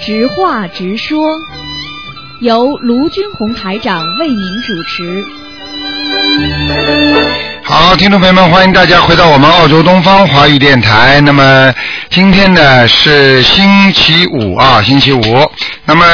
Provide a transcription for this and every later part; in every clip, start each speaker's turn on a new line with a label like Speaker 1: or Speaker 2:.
Speaker 1: 直话直说，由卢军红台长为您主持。
Speaker 2: 好，听众朋友们，欢迎大家回到我们澳洲东方华语电台。那么今天呢是星期五啊，星期五。那么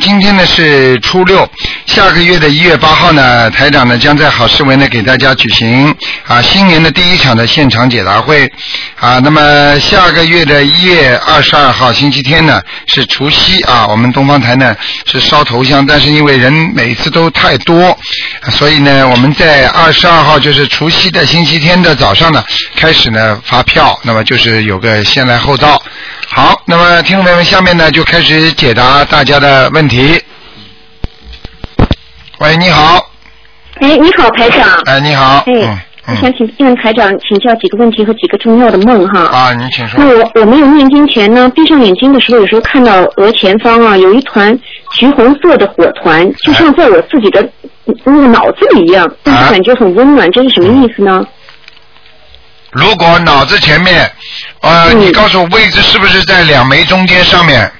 Speaker 2: 今天呢是初六，下个月的一月八号呢，台长呢将在好市委呢给大家举行啊新年的第一场的现场解答会啊。那么下个月的一月二十二号星期天呢是除夕啊，我们东方台呢是烧头香，但是因为人每次都太多，所以呢我们在二十二号就是除夕的星期天的早上呢开始呢发票，那么就是有个先来后到。好，那么听众朋友们，下面呢就开始解答大家的问题。喂，你好，
Speaker 3: 哎，你好，台长。
Speaker 2: 哎，你好，嗯
Speaker 3: 哎，我想
Speaker 2: 嗯，
Speaker 3: 请向台长请教几个问题和几个重要的梦哈。
Speaker 2: 啊，你请说
Speaker 3: 那，我我没有念经前呢，闭上眼睛的时候，有时候看到额前方啊有一团橘红色的火团，就
Speaker 2: 哎
Speaker 3: 像在我自己的那个脑子里一样，但是感觉很温暖，这是什么意思呢？
Speaker 2: 如果脑子前面，呃，
Speaker 3: 嗯
Speaker 2: 你告诉我位置是不是在两眉中间上面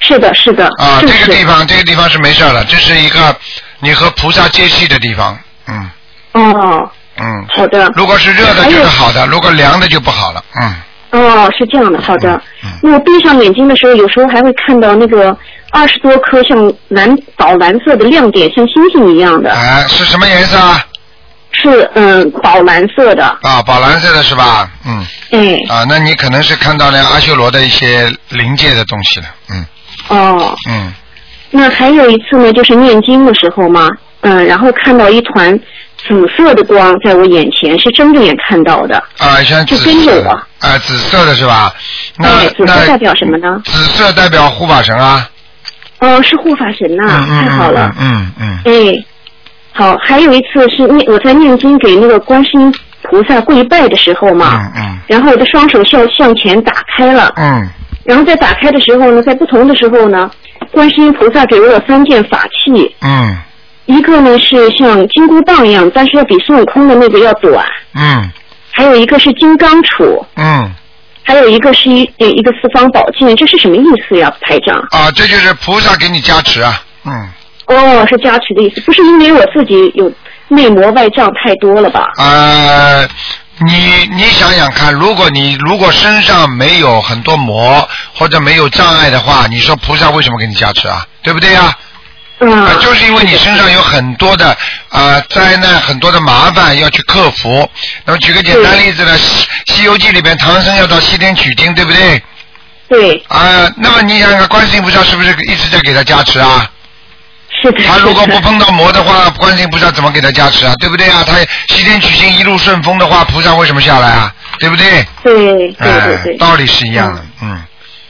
Speaker 3: 是的，是的，
Speaker 2: 啊？
Speaker 3: 就
Speaker 2: 这个
Speaker 3: 是
Speaker 2: 地方，这个地方是没事儿的，这是一个你和菩萨接气的地方，嗯
Speaker 3: 哦，
Speaker 2: 嗯。
Speaker 3: 好的，
Speaker 2: 如果是热的
Speaker 3: 还
Speaker 2: 就
Speaker 3: 有
Speaker 2: 是好的，如果凉的就不好了，嗯。
Speaker 3: 哦，是这样的，好的
Speaker 2: 嗯。
Speaker 3: 那我闭上眼睛的时候，有时候还会看到那个二十多颗像蓝宝蓝色的亮点，像星星一样的，
Speaker 2: 哎，是什么颜色啊？
Speaker 3: 是嗯宝蓝色的，
Speaker 2: 啊，宝蓝色的是吧？嗯。
Speaker 3: 哎，
Speaker 2: 啊，那你可能是看到了阿修罗的一些灵界的东西了，嗯
Speaker 3: 哦，
Speaker 2: 嗯，
Speaker 3: 那还有一次呢，就是念经的时候嘛，嗯，然后看到一团紫色的光在我眼前，是睁着眼看到的。
Speaker 2: 啊，像紫
Speaker 3: 就跟着
Speaker 2: 色的，
Speaker 3: 我
Speaker 2: 啊、紫色的是吧？那、
Speaker 3: 哎，紫色代
Speaker 2: 那
Speaker 3: 表什么呢？
Speaker 2: 紫色代表护法神啊，
Speaker 3: 哦，是护法神呐、
Speaker 2: 嗯嗯
Speaker 3: 太好了。
Speaker 2: 嗯嗯
Speaker 3: 哎，好，还有一次是念我在念经给那个观世音菩萨跪拜的时候
Speaker 2: 嗯嗯
Speaker 3: 嘛，
Speaker 2: 嗯
Speaker 3: 然后我的双手向向前打开了，
Speaker 2: 嗯，
Speaker 3: 然后在打开的时候呢，在不同的时候呢，观世音菩萨给我了三件法器，
Speaker 2: 嗯
Speaker 3: 一个呢是像金箍棒一样，但是要比孙悟空的那个要短。
Speaker 2: 嗯
Speaker 3: 还有一个是金刚杵，
Speaker 2: 嗯，
Speaker 3: 还有一个是一呃一个四方宝剑，这是什么意思呀，台长？
Speaker 2: 啊，这就是菩萨给你加持啊，嗯
Speaker 3: 哦，是加持的意思，不是因为我自己有内魔外障太多了吧？
Speaker 2: 呃，你你想想看，如果你如果身上没有很多魔或者没有障碍的话，你说菩萨为什么给你加持啊？对不对呀、
Speaker 3: 嗯，
Speaker 2: 啊，就是因为你身上有很多的啊灾难，很多的麻烦要去克服。那么举个简单例子呢，《西西游记》里边唐僧要到西天取经，对不对？
Speaker 3: 对，
Speaker 2: 啊，那么你想想看，观世音菩萨是不是一直在给他加持啊？
Speaker 3: 是的。
Speaker 2: 他如果
Speaker 3: 是的
Speaker 2: 不碰到魔的话，观世音菩萨怎么给他加持啊？对不对啊？他西天取经一路顺风的话，菩萨为什么下来啊？对不对？
Speaker 3: 对对
Speaker 2: 哎
Speaker 3: 对对，
Speaker 2: 道理是一样的，嗯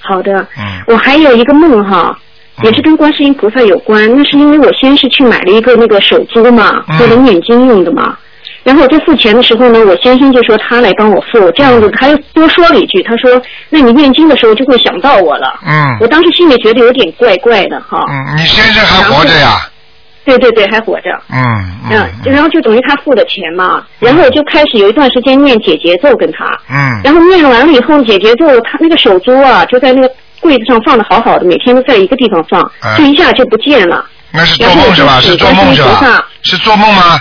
Speaker 3: 好的。
Speaker 2: 嗯
Speaker 3: 我还有一个梦哈，
Speaker 2: 嗯
Speaker 3: 也是跟观世音菩萨有关。那是因为我先是去买了一个那个手珠嘛
Speaker 2: 嗯，
Speaker 3: 为了念经用的嘛。然后我在付钱的时候呢，我先生就说他来帮我付，这
Speaker 2: 嗯
Speaker 3: 样子他又多说了一句，他说：“那你念经的时候就会想到我了。”我
Speaker 2: 嗯
Speaker 3: 当时心里觉得有点怪怪的哈。
Speaker 2: 嗯，你先生还活着呀？
Speaker 3: 对对对，还活着。
Speaker 2: 嗯
Speaker 3: 嗯
Speaker 2: 嗯，
Speaker 3: 然后就等于他付的钱嘛，然后我就开始有一段时间念解节奏跟他，
Speaker 2: 嗯
Speaker 3: 然后念完了以后，解节奏他那个手珠啊，就在那个柜子上放的好好的，每天都在一个地方放
Speaker 2: 哎，
Speaker 3: 就一下就不见了。
Speaker 2: 那是做梦是吧？
Speaker 3: 然
Speaker 2: 是做
Speaker 3: 后就是
Speaker 2: 梦是
Speaker 3: 观世音菩
Speaker 2: 吧
Speaker 3: 萨？
Speaker 2: 是做梦吗？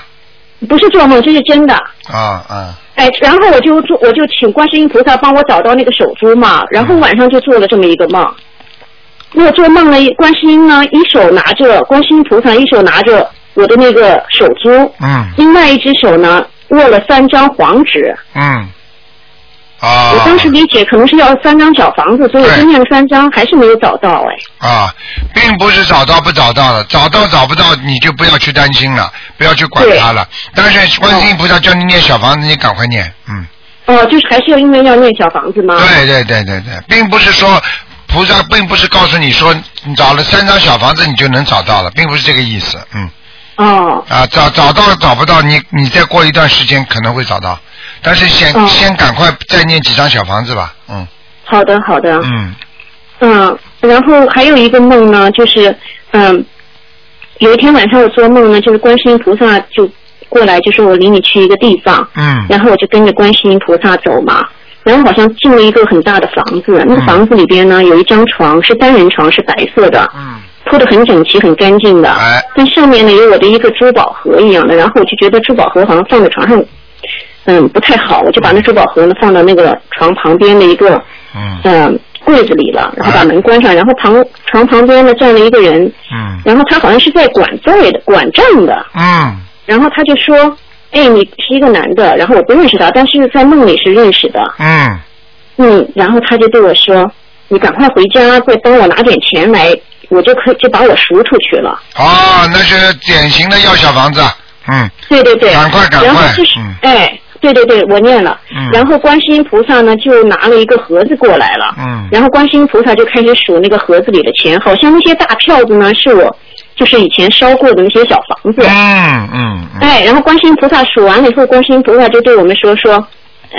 Speaker 3: 不是做梦，这是真的。
Speaker 2: 啊啊
Speaker 3: 哎，然后我就做，我就请观世音菩萨帮我找到那个手珠嘛，然后晚上就做了这么一个梦。那我做梦呢，观世音呢，一手拿着观世音菩萨，一手拿着我的那个手珠，
Speaker 2: 嗯
Speaker 3: 另外一只手呢握了三张黄纸。
Speaker 2: 嗯啊！
Speaker 3: 我当时理解可能是要三张小房子，所以我就念了三张，还是没有找到哎。
Speaker 2: 啊，并不是找到不找到了，找到找不到你就不要去担心了，不要去管它了。但是观世音菩萨叫你念小房子，你赶快念，嗯，
Speaker 3: 哦，就是还是要因为要念小房子吗？
Speaker 2: 对对对对对，并不是说菩萨并不是告诉你说你找了三张小房子你就能找到了，并不是这个意思，嗯
Speaker 3: 哦，
Speaker 2: 啊，找找到找不到你你再过一段时间可能会找到，但是先、
Speaker 3: 哦
Speaker 2: 先赶快再念几张小房子吧，嗯
Speaker 3: 好的好的，
Speaker 2: 嗯
Speaker 3: 嗯，然后还有一个梦呢，就是嗯，有一天晚上我做梦呢，就是观世音菩萨就过来，就说我领你去一个地方，
Speaker 2: 嗯
Speaker 3: 然后我就跟着观世音菩萨走嘛。然后好像进了一个很大的房子，那个
Speaker 2: 嗯
Speaker 3: 房子里边呢有一张床，是单人床，是白色的，
Speaker 2: 嗯，
Speaker 3: 铺的很整齐、很干净的。
Speaker 2: 哎
Speaker 3: 但上面呢有我的一个珠宝盒一样的，然后我就觉得珠宝盒好像放在床上，嗯，不太好，我就把那珠宝盒呢放到那个床旁边的一个
Speaker 2: 嗯
Speaker 3: 嗯柜子里了，然后
Speaker 2: 哎
Speaker 3: 把门关上，然后旁床旁边呢站了一个人，
Speaker 2: 嗯
Speaker 3: 然后他好像是在管债的管账的，
Speaker 2: 嗯
Speaker 3: 然后他就说。哎，你是一个男的，然后我不认识他，但是在梦里是认识的。
Speaker 2: 嗯，
Speaker 3: 嗯，然后他就对我说：“你赶快回家，再帮我拿点钱来，我就可就把我赎出去了。
Speaker 2: 哦，那是典型的要小房子，嗯”
Speaker 3: 对对对，
Speaker 2: 赶快赶快
Speaker 3: 然后就是、
Speaker 2: 嗯
Speaker 3: 哎，对对对，我念了。
Speaker 2: 嗯
Speaker 3: 然后观世音菩萨呢，就拿了一个盒子过来了。
Speaker 2: 嗯
Speaker 3: 然后观世音菩萨就开始数那个盒子里的钱，好像那些大票子呢，是我就是以前烧过的那些小房子。
Speaker 2: 嗯嗯嗯，
Speaker 3: 哎，然后观世音菩萨数完了以后，观世音菩萨就对我们说说，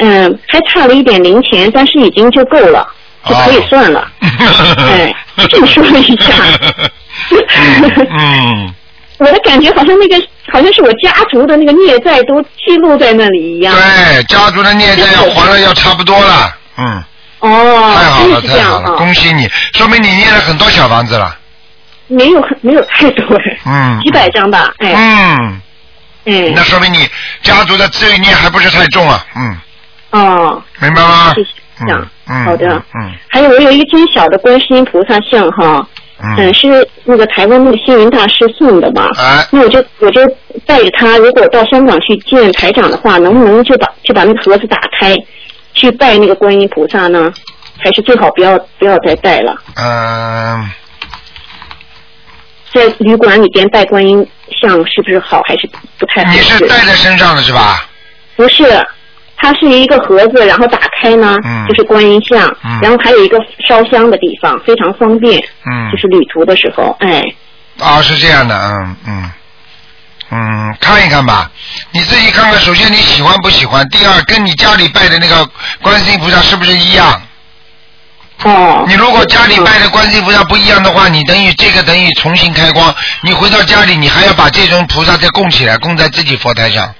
Speaker 3: 嗯，还差了一点零钱，但是已经就够了，就可以
Speaker 2: 哦
Speaker 3: 算了。哎这么说了 一下
Speaker 2: 嗯
Speaker 3: 我的感觉好像那个好像是我家族的那个孽债都记录在那里一
Speaker 2: 嗯，
Speaker 3: 样。
Speaker 2: 对，家族的孽债要还了，要差不多了，嗯，
Speaker 3: 哦，
Speaker 2: 太好了
Speaker 3: 真是这
Speaker 2: 太好
Speaker 3: 样
Speaker 2: 了，
Speaker 3: 啊，
Speaker 2: 恭喜你，说明你念了很多小房子了，
Speaker 3: 没有没有太多，
Speaker 2: 嗯，
Speaker 3: 几百，张吧，哎
Speaker 2: 嗯，
Speaker 3: 哎
Speaker 2: 那说明你家族的罪孽还不是太重啊，嗯，
Speaker 3: 哦，
Speaker 2: 明白吗
Speaker 3: 谢？谢这样
Speaker 2: 嗯，嗯，
Speaker 3: 好的。
Speaker 2: 嗯
Speaker 3: 还有我有一尊小的观世音菩萨像哈，嗯，
Speaker 2: 嗯，
Speaker 3: 是那个台湾那个星云大师送的嘛。
Speaker 2: 哎，
Speaker 3: 那我就我就带着他，如果到香港去见台长的话，能不能就把就把那个盒子打开，去拜那个观音菩萨呢？还是最好不要不要再带了？
Speaker 2: 嗯。
Speaker 3: 在旅馆里边拜观音像是不是好还是不太好？
Speaker 2: 你是带在身上的是吧？
Speaker 3: 不是，它是一个盒子，然后打开呢，
Speaker 2: 嗯
Speaker 3: 就是观音像，
Speaker 2: 嗯
Speaker 3: 然后还有一个烧香的地方，非常方便，
Speaker 2: 嗯，
Speaker 3: 就是旅途的时候，哎，
Speaker 2: 啊，是这样的，嗯嗯嗯，看一看吧，你自己看看。首先你喜欢不喜欢？第二，跟你家里拜的那个观世音菩萨是不是一样？
Speaker 3: 哦，
Speaker 2: 你如果家里拜的观世音菩萨不一样的话，你等于这个等于重新开光。你回到家里，你还要把这尊菩萨再供起来，供在自己佛台上。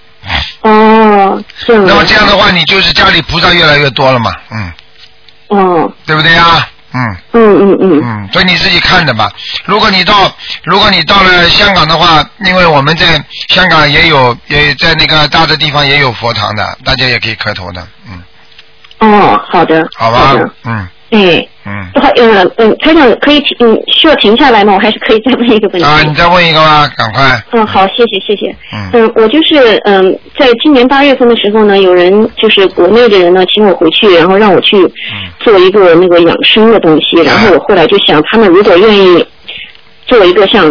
Speaker 3: 哦，这样，
Speaker 2: 那么这样的，话，你就是家里菩萨越来越多了嘛，嗯，
Speaker 3: 哦，
Speaker 2: 对不对呀？嗯。
Speaker 3: 嗯嗯嗯，
Speaker 2: 嗯，所以你自己看着吧。如果你到，如果你到了香港的话，因为我们在香港也有，也在那个大的地方也有佛堂的，大家也可以磕头的，嗯，
Speaker 3: 哦，好的，
Speaker 2: 好吧
Speaker 3: 的，
Speaker 2: 嗯
Speaker 3: 哎，
Speaker 2: 嗯。
Speaker 3: 不好，嗯嗯，台长可以停，嗯，需要停下来吗？我还是可以再问一个问题。
Speaker 2: 啊，你再问一个吧，赶快。
Speaker 3: 嗯，好，谢谢谢谢。
Speaker 2: 嗯
Speaker 3: 嗯，我就是嗯，在今年八月份的时候呢，有人就是国内的人呢，请我回去，然后让我去
Speaker 2: 嗯
Speaker 3: 做一个那个养生的东西，然后我后来就想，他们如果愿意做一个像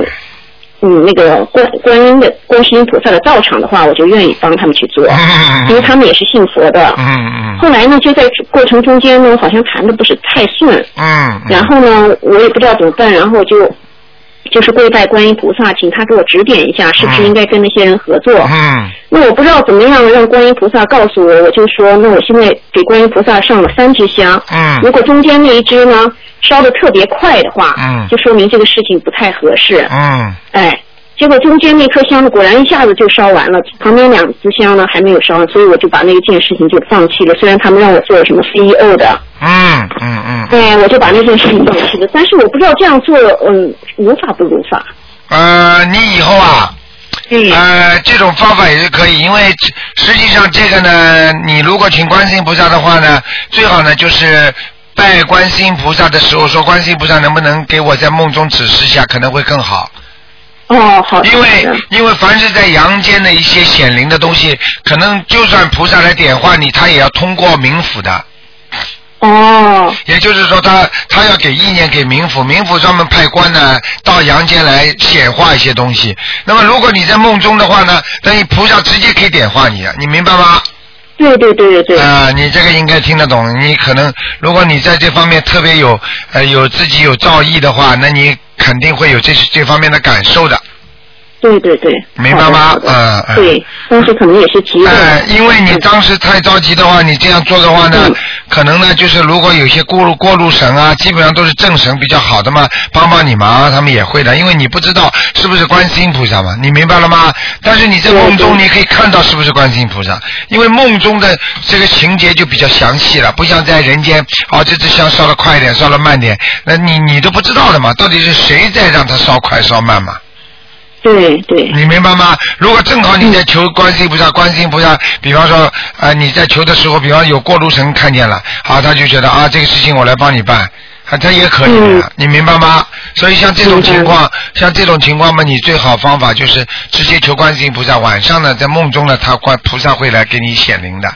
Speaker 3: 嗯那个观观音的观世音菩萨的道场的话，我就愿意帮他们去做，因
Speaker 2: 嗯
Speaker 3: 为他们也是信佛的。
Speaker 2: 嗯
Speaker 3: 后来呢，就在过程中间呢，好像谈的不是太顺，
Speaker 2: 嗯
Speaker 3: 然
Speaker 2: 嗯
Speaker 3: 后呢，我也不知道怎么办，然后就就是跪拜观音菩萨，请他给我指点一下，是不是应该跟那些人合作？
Speaker 2: 嗯
Speaker 3: 那我不知道怎么样让观音菩萨告诉我，我就说，那我现在给观音菩萨上了三支香，
Speaker 2: 嗯
Speaker 3: 如果中间那一支呢烧的特别快的话，
Speaker 2: 嗯
Speaker 3: 就说明这个事情不太合适，
Speaker 2: 嗯
Speaker 3: 哎。结果中间那颗香呢，果然一下子就烧完了，旁边两支香呢还没有烧完，所以我就把那一件事情就放弃了。虽然他们让我做什么 CEO 的，
Speaker 2: 嗯嗯嗯，
Speaker 3: 哎，我就把那件事情放弃了。但是我不知道这样做，嗯，如法不如法。
Speaker 2: 呃，你以后啊，
Speaker 3: 嗯
Speaker 2: 呃，这种方法也是可以，因为这实际上这个呢，你如果请观世音菩萨的话呢，最好呢就是拜观世音菩萨的时候说，观世音菩萨能不能给我在梦中指示一下，可能会更好。
Speaker 3: 哦，好的。
Speaker 2: 因为
Speaker 3: 好的
Speaker 2: 因为凡是在阳间的一些显灵的东西，可能就算菩萨来点化你，他也要通过冥府的。
Speaker 3: 哦，
Speaker 2: 也就是说他，他要给意念给冥府，冥府专门派官呢到阳间来显化一些东西。那么如果你在梦中的话呢，等于菩萨直接可以点化你，啊你明白吗？
Speaker 3: 对对对对对。
Speaker 2: 啊、你这个应该听得懂。你可能如果你在这方面特别有呃有自己有造诣的话，那你肯定会有这这方面的感受的。
Speaker 3: 对对对，
Speaker 2: 明白吗
Speaker 3: 好的好的
Speaker 2: 嗯嗯
Speaker 3: 对，当时可能也是急的。
Speaker 2: 哎，因为你当时太着急的话，你这样做的话呢，
Speaker 3: 嗯
Speaker 2: 可能呢就是如果有些过路过路神啊，基本上都是正神比较好的嘛，帮帮你忙，他们也会的，因为你不知道是不是观世音菩萨嘛，你明白了吗？但是你在
Speaker 3: 对
Speaker 2: 梦中
Speaker 3: 对
Speaker 2: 你可以看到是不是观世音菩萨，因为梦中的这个情节就比较详细了，不像在人间哦，这只香烧的快一点，烧的慢点，那你你都不知道的嘛，到底是谁在让它烧快烧慢嘛？
Speaker 3: 对对
Speaker 2: 你明白吗？如果正好你在求观世音菩萨，观世音菩萨，比方说，呃，你在求的时候，比方有过路神看见了，好，他就觉得啊，这个事情我来帮你办，啊，他也可以的，
Speaker 3: 嗯
Speaker 2: 你明白吗？所以像这种
Speaker 3: 明白
Speaker 2: 情况，像这种情况嘛，你最好方法就是直接求观世音菩萨，晚上呢，在梦中呢，他观菩萨会来给你显灵的，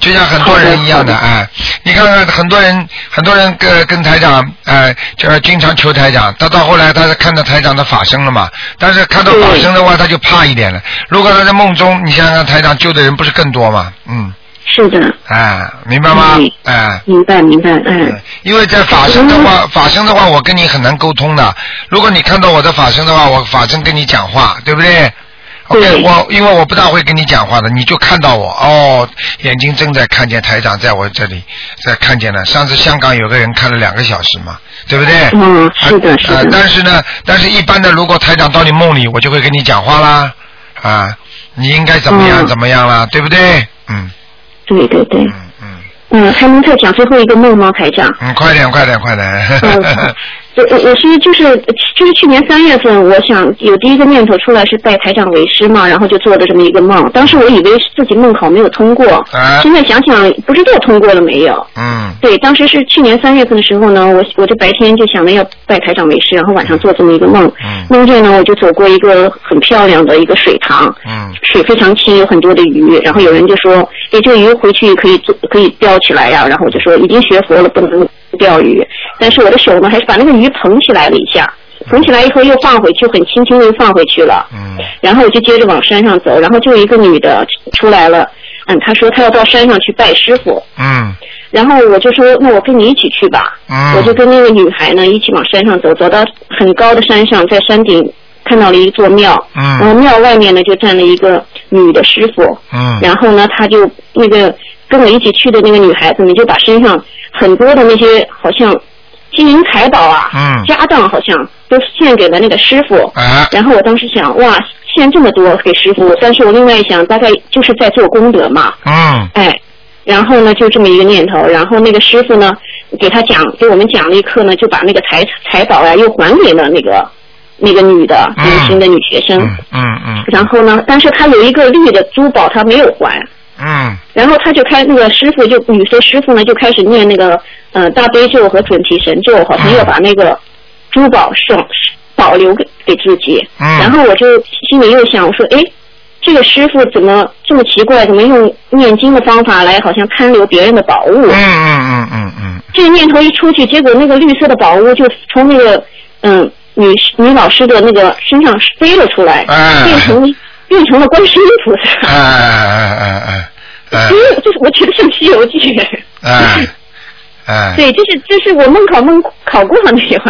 Speaker 2: 就像很多人一样的，
Speaker 3: 好的
Speaker 2: 哎，你看看很多人，很多人跟跟台长，哎，就是经常求台长，他到后来他是看到台长的法身了嘛，但是看到法身的话，他就怕一点了。如果他在梦中，你想想看台长救的人不是更多嘛，嗯，
Speaker 3: 是的，
Speaker 2: 哎，明白吗
Speaker 3: 嗯？
Speaker 2: 哎。
Speaker 3: 明白明白，嗯，
Speaker 2: 因为在法身的话，法身的话，我跟你很难沟通的。如果你看到我的法身的话，我法身跟你讲话，对不对？OK，
Speaker 3: 对
Speaker 2: 我因为我不大会跟你讲话的，你就看到我哦，眼睛正在看见台长在我这里，在看见了。上次香港有个人看了两个小时嘛，对不对？
Speaker 3: 嗯，是的，是
Speaker 2: 啊、
Speaker 3: 的，
Speaker 2: 但是呢，但是一般的，如果台长到你梦里，我就会跟你讲话啦，啊，你应该怎么样、
Speaker 3: 嗯
Speaker 2: 怎么样啦，对不对？嗯
Speaker 3: 对对对
Speaker 2: 嗯，嗯
Speaker 3: 嗯，还能再讲最后一个梦吗，台长？
Speaker 2: 嗯，快点快点快点！
Speaker 3: 嗯我我我是就是就是去年三月份，我想有第一个念头出来是拜台长为师嘛，然后就做了这么一个梦。当时我以为是自己梦考没有通过，
Speaker 2: 啊
Speaker 3: 现在想想不知道通过了没有。
Speaker 2: 嗯。
Speaker 3: 对，当时是去年三月份的时候呢，我我就白天就想着要拜台长为师，然后晚上做这么一个梦。
Speaker 2: 嗯
Speaker 3: 梦见呢，我就走过一个很漂亮的一个水塘，
Speaker 2: 嗯
Speaker 3: 水非常清，有很多的鱼。然后有人就说：“哎，这个鱼回去可以做，可以钓起来呀、然后我就说：“已经学佛了，不能钓鱼。”但是我的手呢，还是把那个鱼捧起来了一下，捧起来以后又放回去，很轻轻的又放回去了。
Speaker 2: 嗯
Speaker 3: 然后我就接着往山上走，然后就有一个女的出来了，嗯，她说她要到山上去拜师傅。
Speaker 2: 嗯
Speaker 3: 然后我就说，那我跟你一起去吧。
Speaker 2: 嗯，
Speaker 3: 我就跟那个女孩呢一起往山上走，走到很高的山上，在山顶看到了一座庙。
Speaker 2: 嗯
Speaker 3: 然后庙外面呢就站了一个女的师傅。
Speaker 2: 嗯
Speaker 3: 然后呢，她就那个跟我一起去的那个女孩子呢，就把身上很多的那些好像金银财宝啊，
Speaker 2: 嗯
Speaker 3: 家当好像都献给了那个师傅。
Speaker 2: 哎
Speaker 3: 然后我当时想，哇，献这么多给师傅，但是我另外一想，大概就是在做功德嘛。
Speaker 2: 嗯
Speaker 3: 哎，然后呢，就这么一个念头，然后那个师傅呢，给他讲，给我们讲了一课呢，就把那个财财宝啊呀，又还给了那个那个女的
Speaker 2: 嗯
Speaker 3: 年轻的女学生。
Speaker 2: 嗯嗯
Speaker 3: 然后呢，但是他有一个绿的珠宝，他没有还。
Speaker 2: 嗯
Speaker 3: 然后他就开那个师傅就女的师傅呢就开始念那个呃大悲咒和准提神咒，好像
Speaker 2: 嗯
Speaker 3: 要把那个珠宝剩保留给给自己。
Speaker 2: 嗯
Speaker 3: 然后我就心里又想，我说哎，这个师傅怎么这么奇怪？怎么用念经的方法来好像贪留别人的宝物？
Speaker 2: 嗯嗯嗯嗯
Speaker 3: 这个念头一出去，结果那个绿色的宝物就从那个嗯女女老师的那个身上飞了出来，
Speaker 2: 哎
Speaker 3: 变成变成了观世音菩
Speaker 2: 哎
Speaker 3: 萨。
Speaker 2: 哎哎哎
Speaker 3: 所以 就是我觉得像《西游记》。
Speaker 2: 哎哎哎，
Speaker 3: 对，这是这是我梦考梦考过的那句话。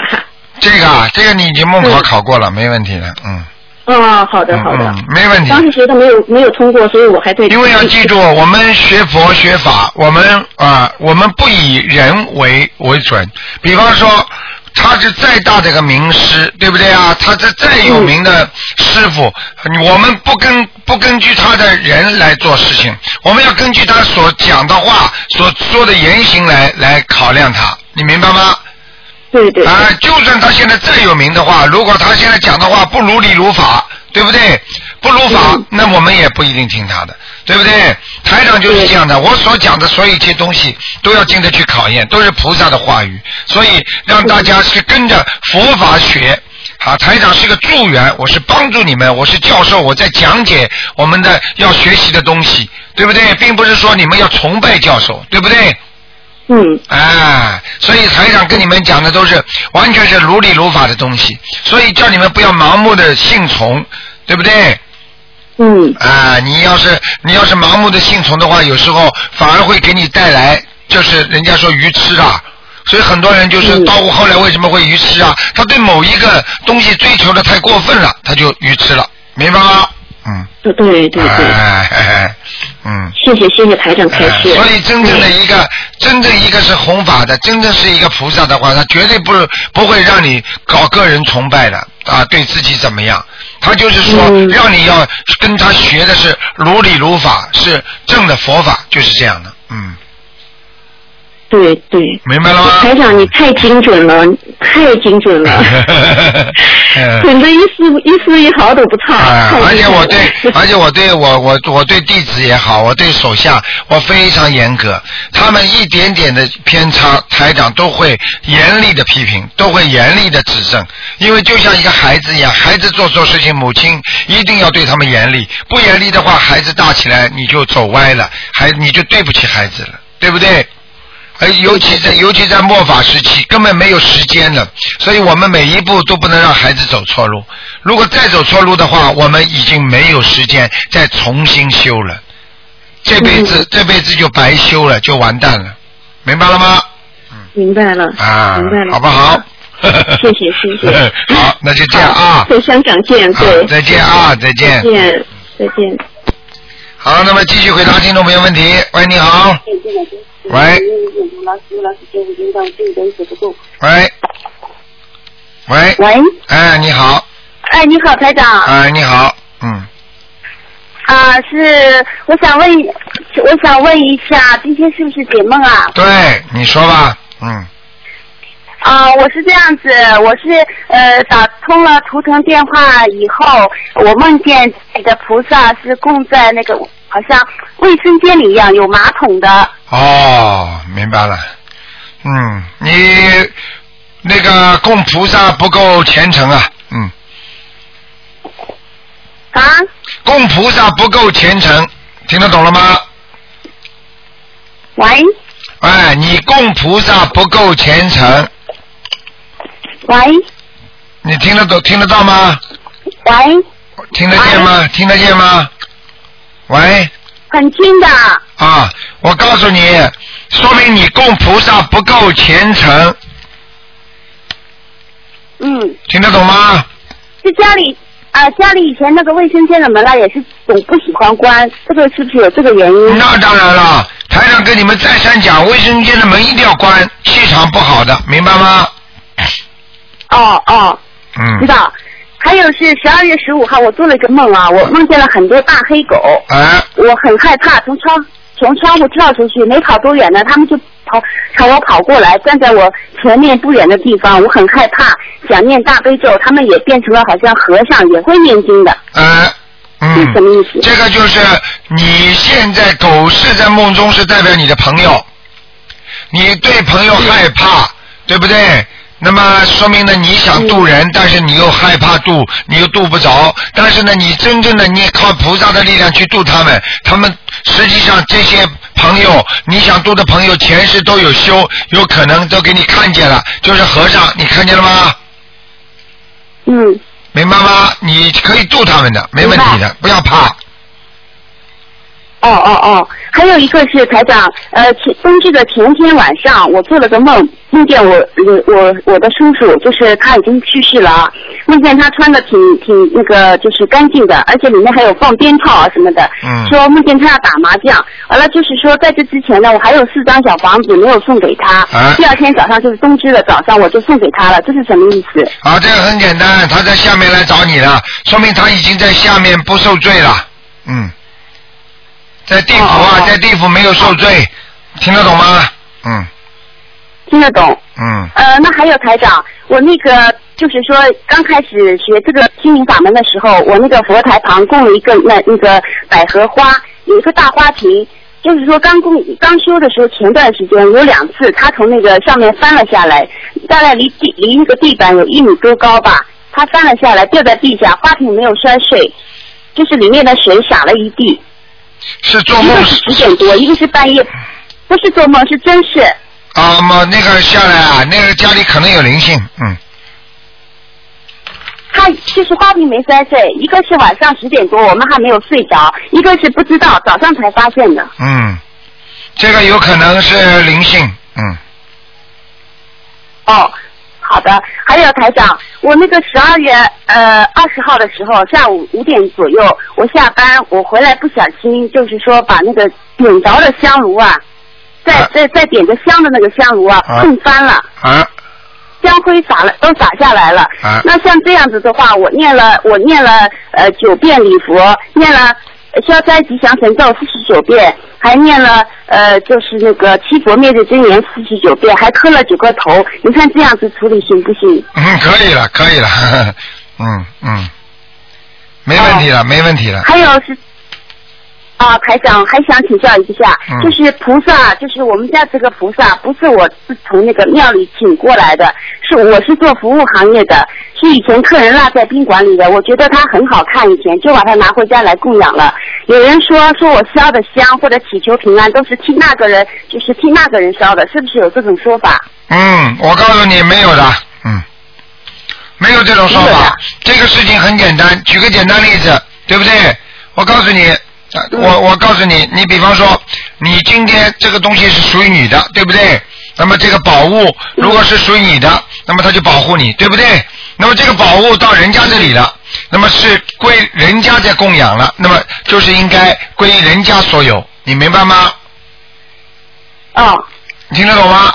Speaker 2: 这个啊，这个你已经梦考考过了，没问题了，嗯
Speaker 3: 哦，好的好的。
Speaker 2: 嗯，没问题。
Speaker 3: 当时觉得没有没有通过，所以我还对。
Speaker 2: 因为要记住，我们学佛学法，我们啊、我们不以人为为准。比方说，他是再大的一个名师，对不对啊？他是再有名的师傅，我们不根不根据他的人来做事情，我们要根据他所讲的话、所说的言行来来考量他，你明白吗？
Speaker 3: 对对对
Speaker 2: 啊、就算他现在再有名的话，如果他现在讲的话不如理如法，对不对？不如法，
Speaker 3: 嗯
Speaker 2: 那我们也不一定听他的，对不对？台长就是这样的，我所讲的所有一切东西都要经得去考验，都是菩萨的话语，所以让大家是跟着佛法学。啊，台长是个助缘，我是帮助你们，我是教授，我在讲解我们的要学习的东西，对不对？并不是说你们要崇拜教授，对不对？
Speaker 3: 嗯
Speaker 2: 哎，所以台长跟你们讲的都是完全是如理如法的东西，所以叫你们不要盲目的信从，对不对？
Speaker 3: 嗯，
Speaker 2: 啊，你要是你要是盲目的信从的话，有时候反而会给你带来就是人家说愚痴啊。所以很多人就是
Speaker 3: 嗯
Speaker 2: 到后来为什么会愚痴啊？他对某一个东西追求的太过分了，他就愚痴了，明白吗？嗯，
Speaker 3: 对对对对，
Speaker 2: 哎，嘿嘿嗯。
Speaker 3: 谢谢谢谢台长开示。
Speaker 2: 所以真正的一个，真正一个是弘法的，真正是一个菩萨的话，他绝对不不会让你搞个人崇拜的啊，对自己怎么样？他就是说，
Speaker 3: 嗯
Speaker 2: 让你要跟他学的是如理如法，是正的佛法，就是这样的。嗯，
Speaker 3: 对对。
Speaker 2: 明白了吗？，
Speaker 3: 台长， 你太精准了，太精准了
Speaker 2: 嗯
Speaker 3: 准的一丝一丝一毫都不差。
Speaker 2: 啊，
Speaker 3: 太
Speaker 2: 而
Speaker 3: 厉
Speaker 2: 且
Speaker 3: 害
Speaker 2: 我
Speaker 3: 了
Speaker 2: 对， 而且我对我我我对弟子也好，我对手下我非常严格，他们一点点的偏差，台长都会严厉的批评，都会严厉的指正，因为就像一个孩子一样，孩子做错事情，母亲一定要对他们严厉，不严厉的话，孩子大起来你就走歪了，还你就对不起孩子了，对不对？而尤其在尤其在末法时期，根本没有时间了，所以我们每一步都不能让孩子走错路。如果再走错路的话，我们已经没有时间再重新修了，这辈子、
Speaker 3: 嗯
Speaker 2: 这辈子就白修了，就完蛋了，明白了吗？
Speaker 3: 明白了
Speaker 2: 啊
Speaker 3: 明白，了，
Speaker 2: 好不好？
Speaker 3: 谢谢谢谢
Speaker 2: 好，那就这样啊，
Speaker 3: 在香港见，对
Speaker 2: 啊，再见啊，再见
Speaker 3: 再。见，再见。
Speaker 2: 好，那么继续回答听众朋友问题。喂，你好，喂，喂，喂，
Speaker 4: 喂，
Speaker 2: 哎，你好。
Speaker 4: 哎，你好，台长。啊、
Speaker 2: 哎，你好，嗯，
Speaker 4: 是我想问，我想问一下，今天是不是解梦啊？
Speaker 2: 对，你说吧，嗯，
Speaker 4: 啊、我是这样子，我是呃打通了图腾电话以后，我梦见那个菩萨是供在那个好像卫生间里一样，有马桶的。啊
Speaker 2: 哦，明白了，嗯，你那个供菩萨不够虔诚啊，嗯，
Speaker 4: 啊，
Speaker 2: 供菩萨不够虔诚，听得懂了吗？
Speaker 4: 喂
Speaker 2: 哎，你供菩萨不够虔诚，
Speaker 4: 喂
Speaker 2: 你听得懂听得到吗？
Speaker 4: 喂，
Speaker 2: 听得见吗？听得见吗？喂，
Speaker 4: 很轻的。
Speaker 2: 啊，我告诉你，说明你供菩萨不够虔诚，
Speaker 4: 嗯，
Speaker 2: 听得懂吗？
Speaker 4: 是家里啊、家里以前那个卫生间的门啊，也是总不喜欢关，这个是不是有这个原因？
Speaker 2: 那当然了，台长跟你们再三讲，卫生间的门一定要关，气场不好的，明白吗？
Speaker 4: 哦哦，
Speaker 2: 嗯。
Speaker 4: 知道。还有是十二月十五号，我做了一个梦啊，我梦见了很多大黑狗，
Speaker 2: 哎，
Speaker 4: 我很害怕，从窗从窗户跳出去，没跑多远呢，他们就跑朝我跑过来，站在我前面不远的地方，我很害怕，想念大悲咒，他们也变成了好像和尚，也会念经的，
Speaker 2: 哎，
Speaker 4: 是什
Speaker 2: 嗯，
Speaker 4: 么意思？
Speaker 2: 这个就是你现在狗是在梦中是代表你的朋友，你对朋友害怕，对不对？那么说明呢，你想渡人，但是你又害怕渡，你又渡不着。但是呢，你真正的你靠菩萨的力量去渡他们，他们实际上这些朋友，你想渡的朋友前世都有修，有可能都给你看见了，就是和尚，你看见了吗？
Speaker 4: 嗯，
Speaker 2: 明白吗？你可以渡他们的，没问题的，不要怕。
Speaker 4: 哦哦哦，还有一个是台长，呃，前冬至的前天晚上，我做了个梦，梦见我我我我的叔叔，就是他已经去世了，啊，梦见他穿的挺挺那个就是干净的，而且里面还有放鞭炮啊什么的，
Speaker 2: 嗯
Speaker 4: 说梦见他要打麻将，完了就是说在这之前呢，我还有四张小房子没有送给他，
Speaker 2: 啊
Speaker 4: 第二天早上就是冬至的早上我就送给他了，这是什么意思？
Speaker 2: 啊，这个很简单，他在下面来找你了，说明他已经在下面不受罪了。嗯，在地府啊，
Speaker 4: 哦哦
Speaker 2: 在地府没有受罪，听得懂吗？嗯
Speaker 4: 听得懂？
Speaker 2: 嗯，
Speaker 4: 呃，那还有台长，我那个就是说，刚开始学这个心灵法门的时候，我那个佛台旁供了一个那那个百合花，有一个大花瓶。就是说，刚供刚修的时候，前段时间有两次，它从那个上面翻了下来，大概离地离那个地板有一米多高吧，它翻了下来，掉在地下，花瓶没有摔碎，就是里面的水洒了一地。
Speaker 2: 是做
Speaker 4: 一个
Speaker 2: 梦
Speaker 4: 啊是十点多，一个是半夜，不是做梦，是真事。
Speaker 2: 啊嘛，那个下来啊，那个家里可能有灵性，嗯，
Speaker 4: 他就是花瓶没摔碎，一个是晚上十点多我们还没有睡着，一个是不知道早上才发现的。
Speaker 2: 嗯，这个有可能是灵性，嗯，
Speaker 4: 哦，好，好的，还有台长，我那个十二月呃二十号的时候，下午五点左右，我下班我回来不小心，就是说把那个点着的香炉啊，在
Speaker 2: 啊
Speaker 4: 在在点着香的那个香炉啊
Speaker 2: 啊
Speaker 4: 碰翻了，
Speaker 2: 啊
Speaker 4: 香灰洒了都洒下来了。
Speaker 2: 啊
Speaker 4: 那像这样子的话，我念了我念了呃九遍礼佛，念了呃消灾吉祥神咒四十九遍，还念了呃就是那个七佛灭罪真言四十九遍，还磕了九个头。你看这样子处理行不行？
Speaker 2: 嗯，可以了，可以了， 呵呵嗯嗯，没问题了，
Speaker 4: 哦
Speaker 2: 没问题了。
Speaker 4: 还有是。啊，台长，还想请教一下，
Speaker 2: 嗯
Speaker 4: 就是菩萨，就是我们家这个菩萨，不是我是从那个庙里请过来的，是我是做服务行业的，是以前客人落在宾馆里的，我觉得它很好看，以前就把它拿回家来供养了。有人说说我烧的香或者祈求平安，都是替那个人，就是替那个人烧的，是不是有这种说法？
Speaker 2: 嗯，我告诉你，没有的，嗯，没有这种说
Speaker 4: 没有
Speaker 2: 法
Speaker 4: 的。
Speaker 2: 这个事情很简单，举个简单例子，对不对？我告诉你，呃
Speaker 4: 嗯
Speaker 2: 我我告诉你，你比方说，你今天这个东西是属于你的，对不对？那么这个宝物如果是属于你的，那么它就保护你，对不对？那么这个宝物到人家这里了，那么是归人家在供养了，那么就是应该归人家所有，你明白吗？
Speaker 4: 哦，
Speaker 2: 你听得懂吗？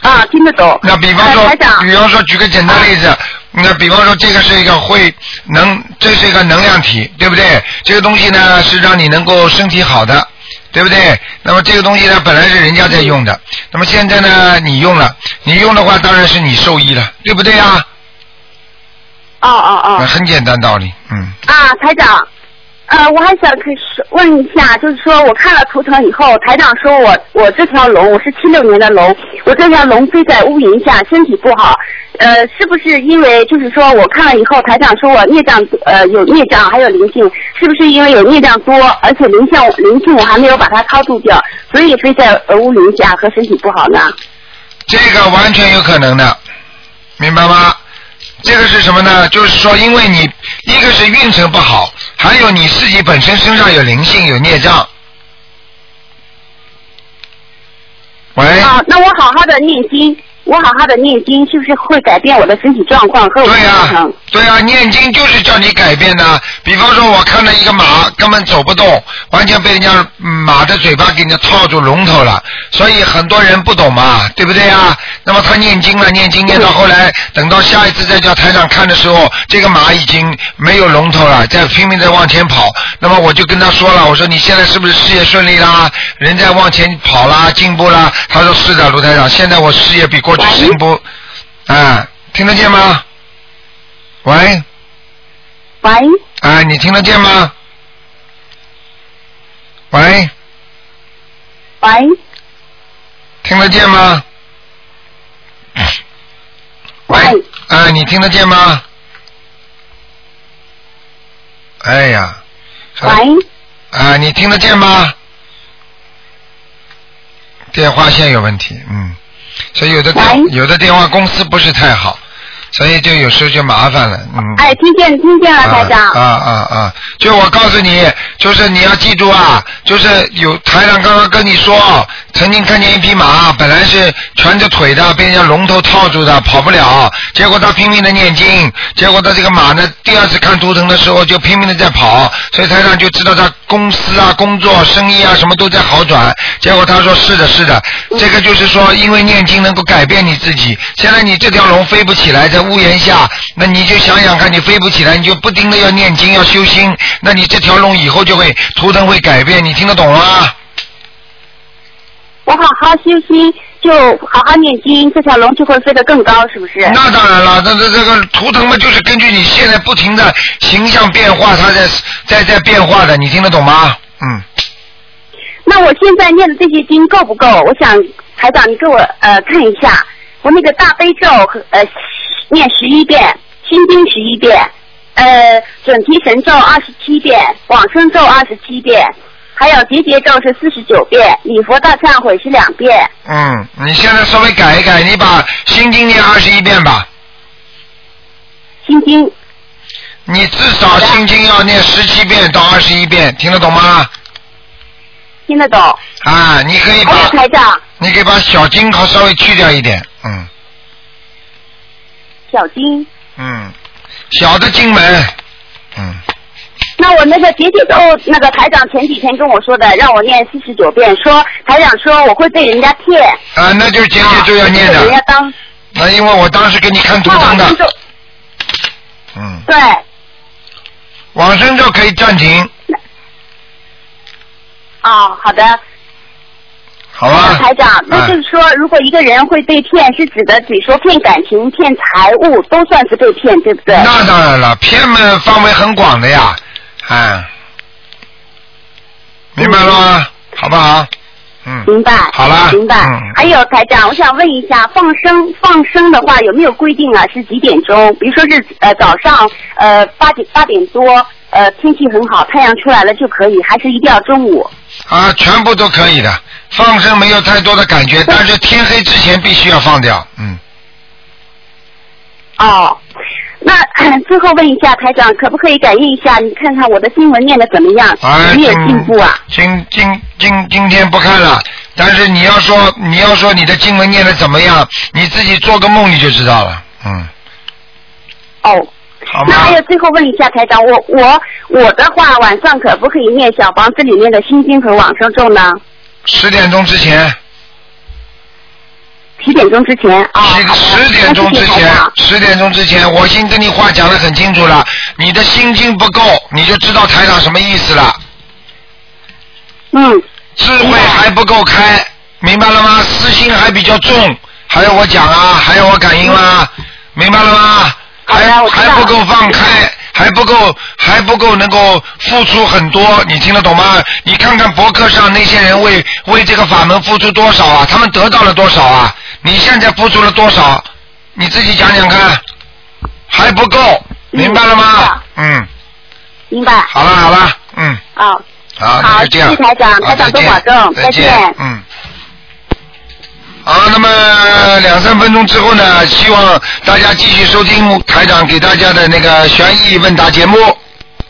Speaker 4: 啊，听得懂。
Speaker 2: 那比方
Speaker 4: 呃
Speaker 2: 说
Speaker 4: 台，长啊
Speaker 2: 比，方说举个简单例子，那比方说这个是一个会能，这是一个能量体，对不对？这个东西呢是让你能够身体好的，对不对？那么这个东西呢本来是人家在用的，那么现在呢你用了，你用的话当然是你受益了，对不对啊？
Speaker 4: 哦哦哦。
Speaker 2: 很简单道理，嗯
Speaker 4: 啊，台长，呃，我还想可以说问一下，就是说我看了图腾以后，台长说我我这条龙，我是七六年的龙，我这条龙飞在乌云下，身体不好，呃，是不是因为就是说我看了以后，台长说我孽障呃有孽障，还有灵性，是不是因为有孽障多，而且灵性灵性我还没有把它超度掉，所以飞在呃乌云下和身体不好呢？
Speaker 2: 这个完全有可能的，明白吗？这个是什么呢？就是说，因为你一个是运程不好，还有你自己本身身上有灵性、有孽障。喂，
Speaker 4: 啊，那我好好的念经，我好好的念经，是不是会改变我的身体状况和我的
Speaker 2: 对
Speaker 4: 精
Speaker 2: 呀、
Speaker 4: 神？
Speaker 2: 对呀、念经就是叫你改变的。比方说，我看到一个马根本走不动，完全被人家嗯马的嘴巴给人家套住龙头了，所以很多人不懂嘛，对不对啊？那么他念经了，念经念到后来，等到下一次再叫台长看的时候，这个马已经没有龙头了，在拼命在往前跑。那么我就跟他说了，我说你现在是不是事业顺利啦？人在往前跑啦，进步啦？他说是的，卢台长，现在我事业比过去进步。啊，听得见吗？喂，
Speaker 4: 喂。
Speaker 2: 啊，你听得见吗？喂，
Speaker 4: 喂，
Speaker 2: 听得见吗？喂
Speaker 4: 喂，
Speaker 2: 啊，你听得见吗？哎呀，
Speaker 4: 喂，
Speaker 2: 啊，你听得见吗？电话线有问题，嗯，所以有的电
Speaker 4: 喂
Speaker 2: 有的电话公司不是太好，所以就有时候就麻烦了，嗯。
Speaker 4: 哎，听见听见了，台长。
Speaker 2: 啊啊啊！就我告诉你，就是你要记住啊，就是有台长刚刚跟你说，曾经看见一匹马，本来是蜷着腿的，被人家龙头套住的，跑不了。结果他拼命的念经，结果他这个马呢，第二次看图腾的时候就拼命的在跑，所以台长就知道他公司啊、工作、生意啊什么都在好转。结果他说是的，是的，这个就是说，因为念经能够改变你自己。现在你这条龙飞不起来，在屋檐下，那你就想想看，你飞不起来，你就不停的要念经，要修心，那你这条龙以后就会图腾会改变，你听得懂吗？
Speaker 4: 我好好修心，就好好念经，这条龙就会飞得更高，是不是？
Speaker 2: 那当然了，这这这个图腾嘛，就是根据你现在不停的形象变化，它在在在变化的，你听得懂吗？嗯，
Speaker 4: 那我现在念的这些经够不够？我想台长，你给我呃看一下，我那个大悲咒和呃念十一遍，心经十一遍，呃准提神咒二十七遍，往生咒二十七遍，还有结节咒是四十九遍，礼佛大忏悔是两遍。
Speaker 2: 嗯，你现在稍微改一改，你把心经念二十一遍吧，
Speaker 4: 心经
Speaker 2: 你至少心经要念十七遍到二十一遍，听得懂吗？
Speaker 4: 听得懂？
Speaker 2: 啊，你可以
Speaker 4: 还有
Speaker 2: 把
Speaker 4: 台长，
Speaker 2: 你可以把小经口稍微去掉一点，嗯，
Speaker 4: 小金。
Speaker 2: 嗯，小的金门，嗯，
Speaker 4: 那我那个节节奏，那个台长前几天跟我说的，让我念四十九遍，说台长说我会被人家骗，
Speaker 2: 啊，那就是姐姐就要念
Speaker 4: 被人家
Speaker 2: 的，
Speaker 4: 当啊
Speaker 2: 那因为我当时给你看图
Speaker 4: 看
Speaker 2: 腾
Speaker 4: 网上
Speaker 2: 的，
Speaker 4: 咒，
Speaker 2: 嗯，
Speaker 4: 对，
Speaker 2: 往生咒可以暂停，
Speaker 4: 哦，好的，
Speaker 2: 好
Speaker 4: 那
Speaker 2: 吧？
Speaker 4: 呃
Speaker 2: 啊
Speaker 4: 台长，那就是说，如果一个人会被骗，是指的只说骗感情、骗财物，都算是被骗，对不对？
Speaker 2: 那当然了，偏门范围很广的呀，哎，明白了吗？好不好？嗯，
Speaker 4: 明白，
Speaker 2: 好啦
Speaker 4: 明白。
Speaker 2: 嗯
Speaker 4: 还有台长，我想问一下，放生放生的话有没有规定啊？是几点钟？比如说是呃早上呃八点八点多，呃天气很好，太阳出来了就可以，还是一定要中午？
Speaker 2: 啊，全部都可以的，放生没有太多的感觉， 但是天黑之前必须要放掉，嗯，
Speaker 4: 哦，那 最后问一下台长，可不可以感应一下？你看看我的经文念的怎么样？
Speaker 2: 啊，
Speaker 4: 有没有
Speaker 2: 今
Speaker 4: 进步啊？
Speaker 2: 今今今今天不看了，但是你要说你要说你的经文念的怎么样，你自己做个梦你就知道了，嗯，
Speaker 4: 哦，
Speaker 2: 好
Speaker 4: 那
Speaker 2: 吗
Speaker 4: 还？有最后问一下台长，我我我的话晚上可不可以念小房子里面的心经和往生咒呢？
Speaker 2: 十点钟之前，
Speaker 4: 几点钟之前啊？
Speaker 2: 十
Speaker 4: 好的
Speaker 2: 十点钟之
Speaker 4: 那谢谢
Speaker 2: 前
Speaker 4: 台长，
Speaker 2: 十点钟之前，我已经跟你话讲的很清楚了，你的心经不够，你就知道台长什么意思了，
Speaker 4: 嗯，
Speaker 2: 智慧还不够开，明白了吗？私心还比较重，还要我讲啊，还要我感应吗？明白了吗？
Speaker 4: 好的
Speaker 2: 还
Speaker 4: 我知道
Speaker 2: 还不够放开，还不够，还不够能够付出很多，你听得懂吗？你看看博客上那些人为为这个法门付出多少啊？他们得到了多少啊？你现在付出了多少？你自己讲讲看，还不够，明白了
Speaker 4: 嗯知
Speaker 2: 吗
Speaker 4: 道？
Speaker 2: 嗯，
Speaker 4: 明白。
Speaker 2: 好了好了，嗯。
Speaker 4: 啊，
Speaker 2: 好，那
Speaker 4: 好
Speaker 2: 就这样。
Speaker 4: 谢谢台长
Speaker 2: 好
Speaker 4: 台长
Speaker 2: 再见
Speaker 4: 多保重
Speaker 2: 再
Speaker 4: 再见
Speaker 2: 嗯。好，那么两三分钟之后呢，希望大家继续收听台长给大家的那个悬疑问答节目。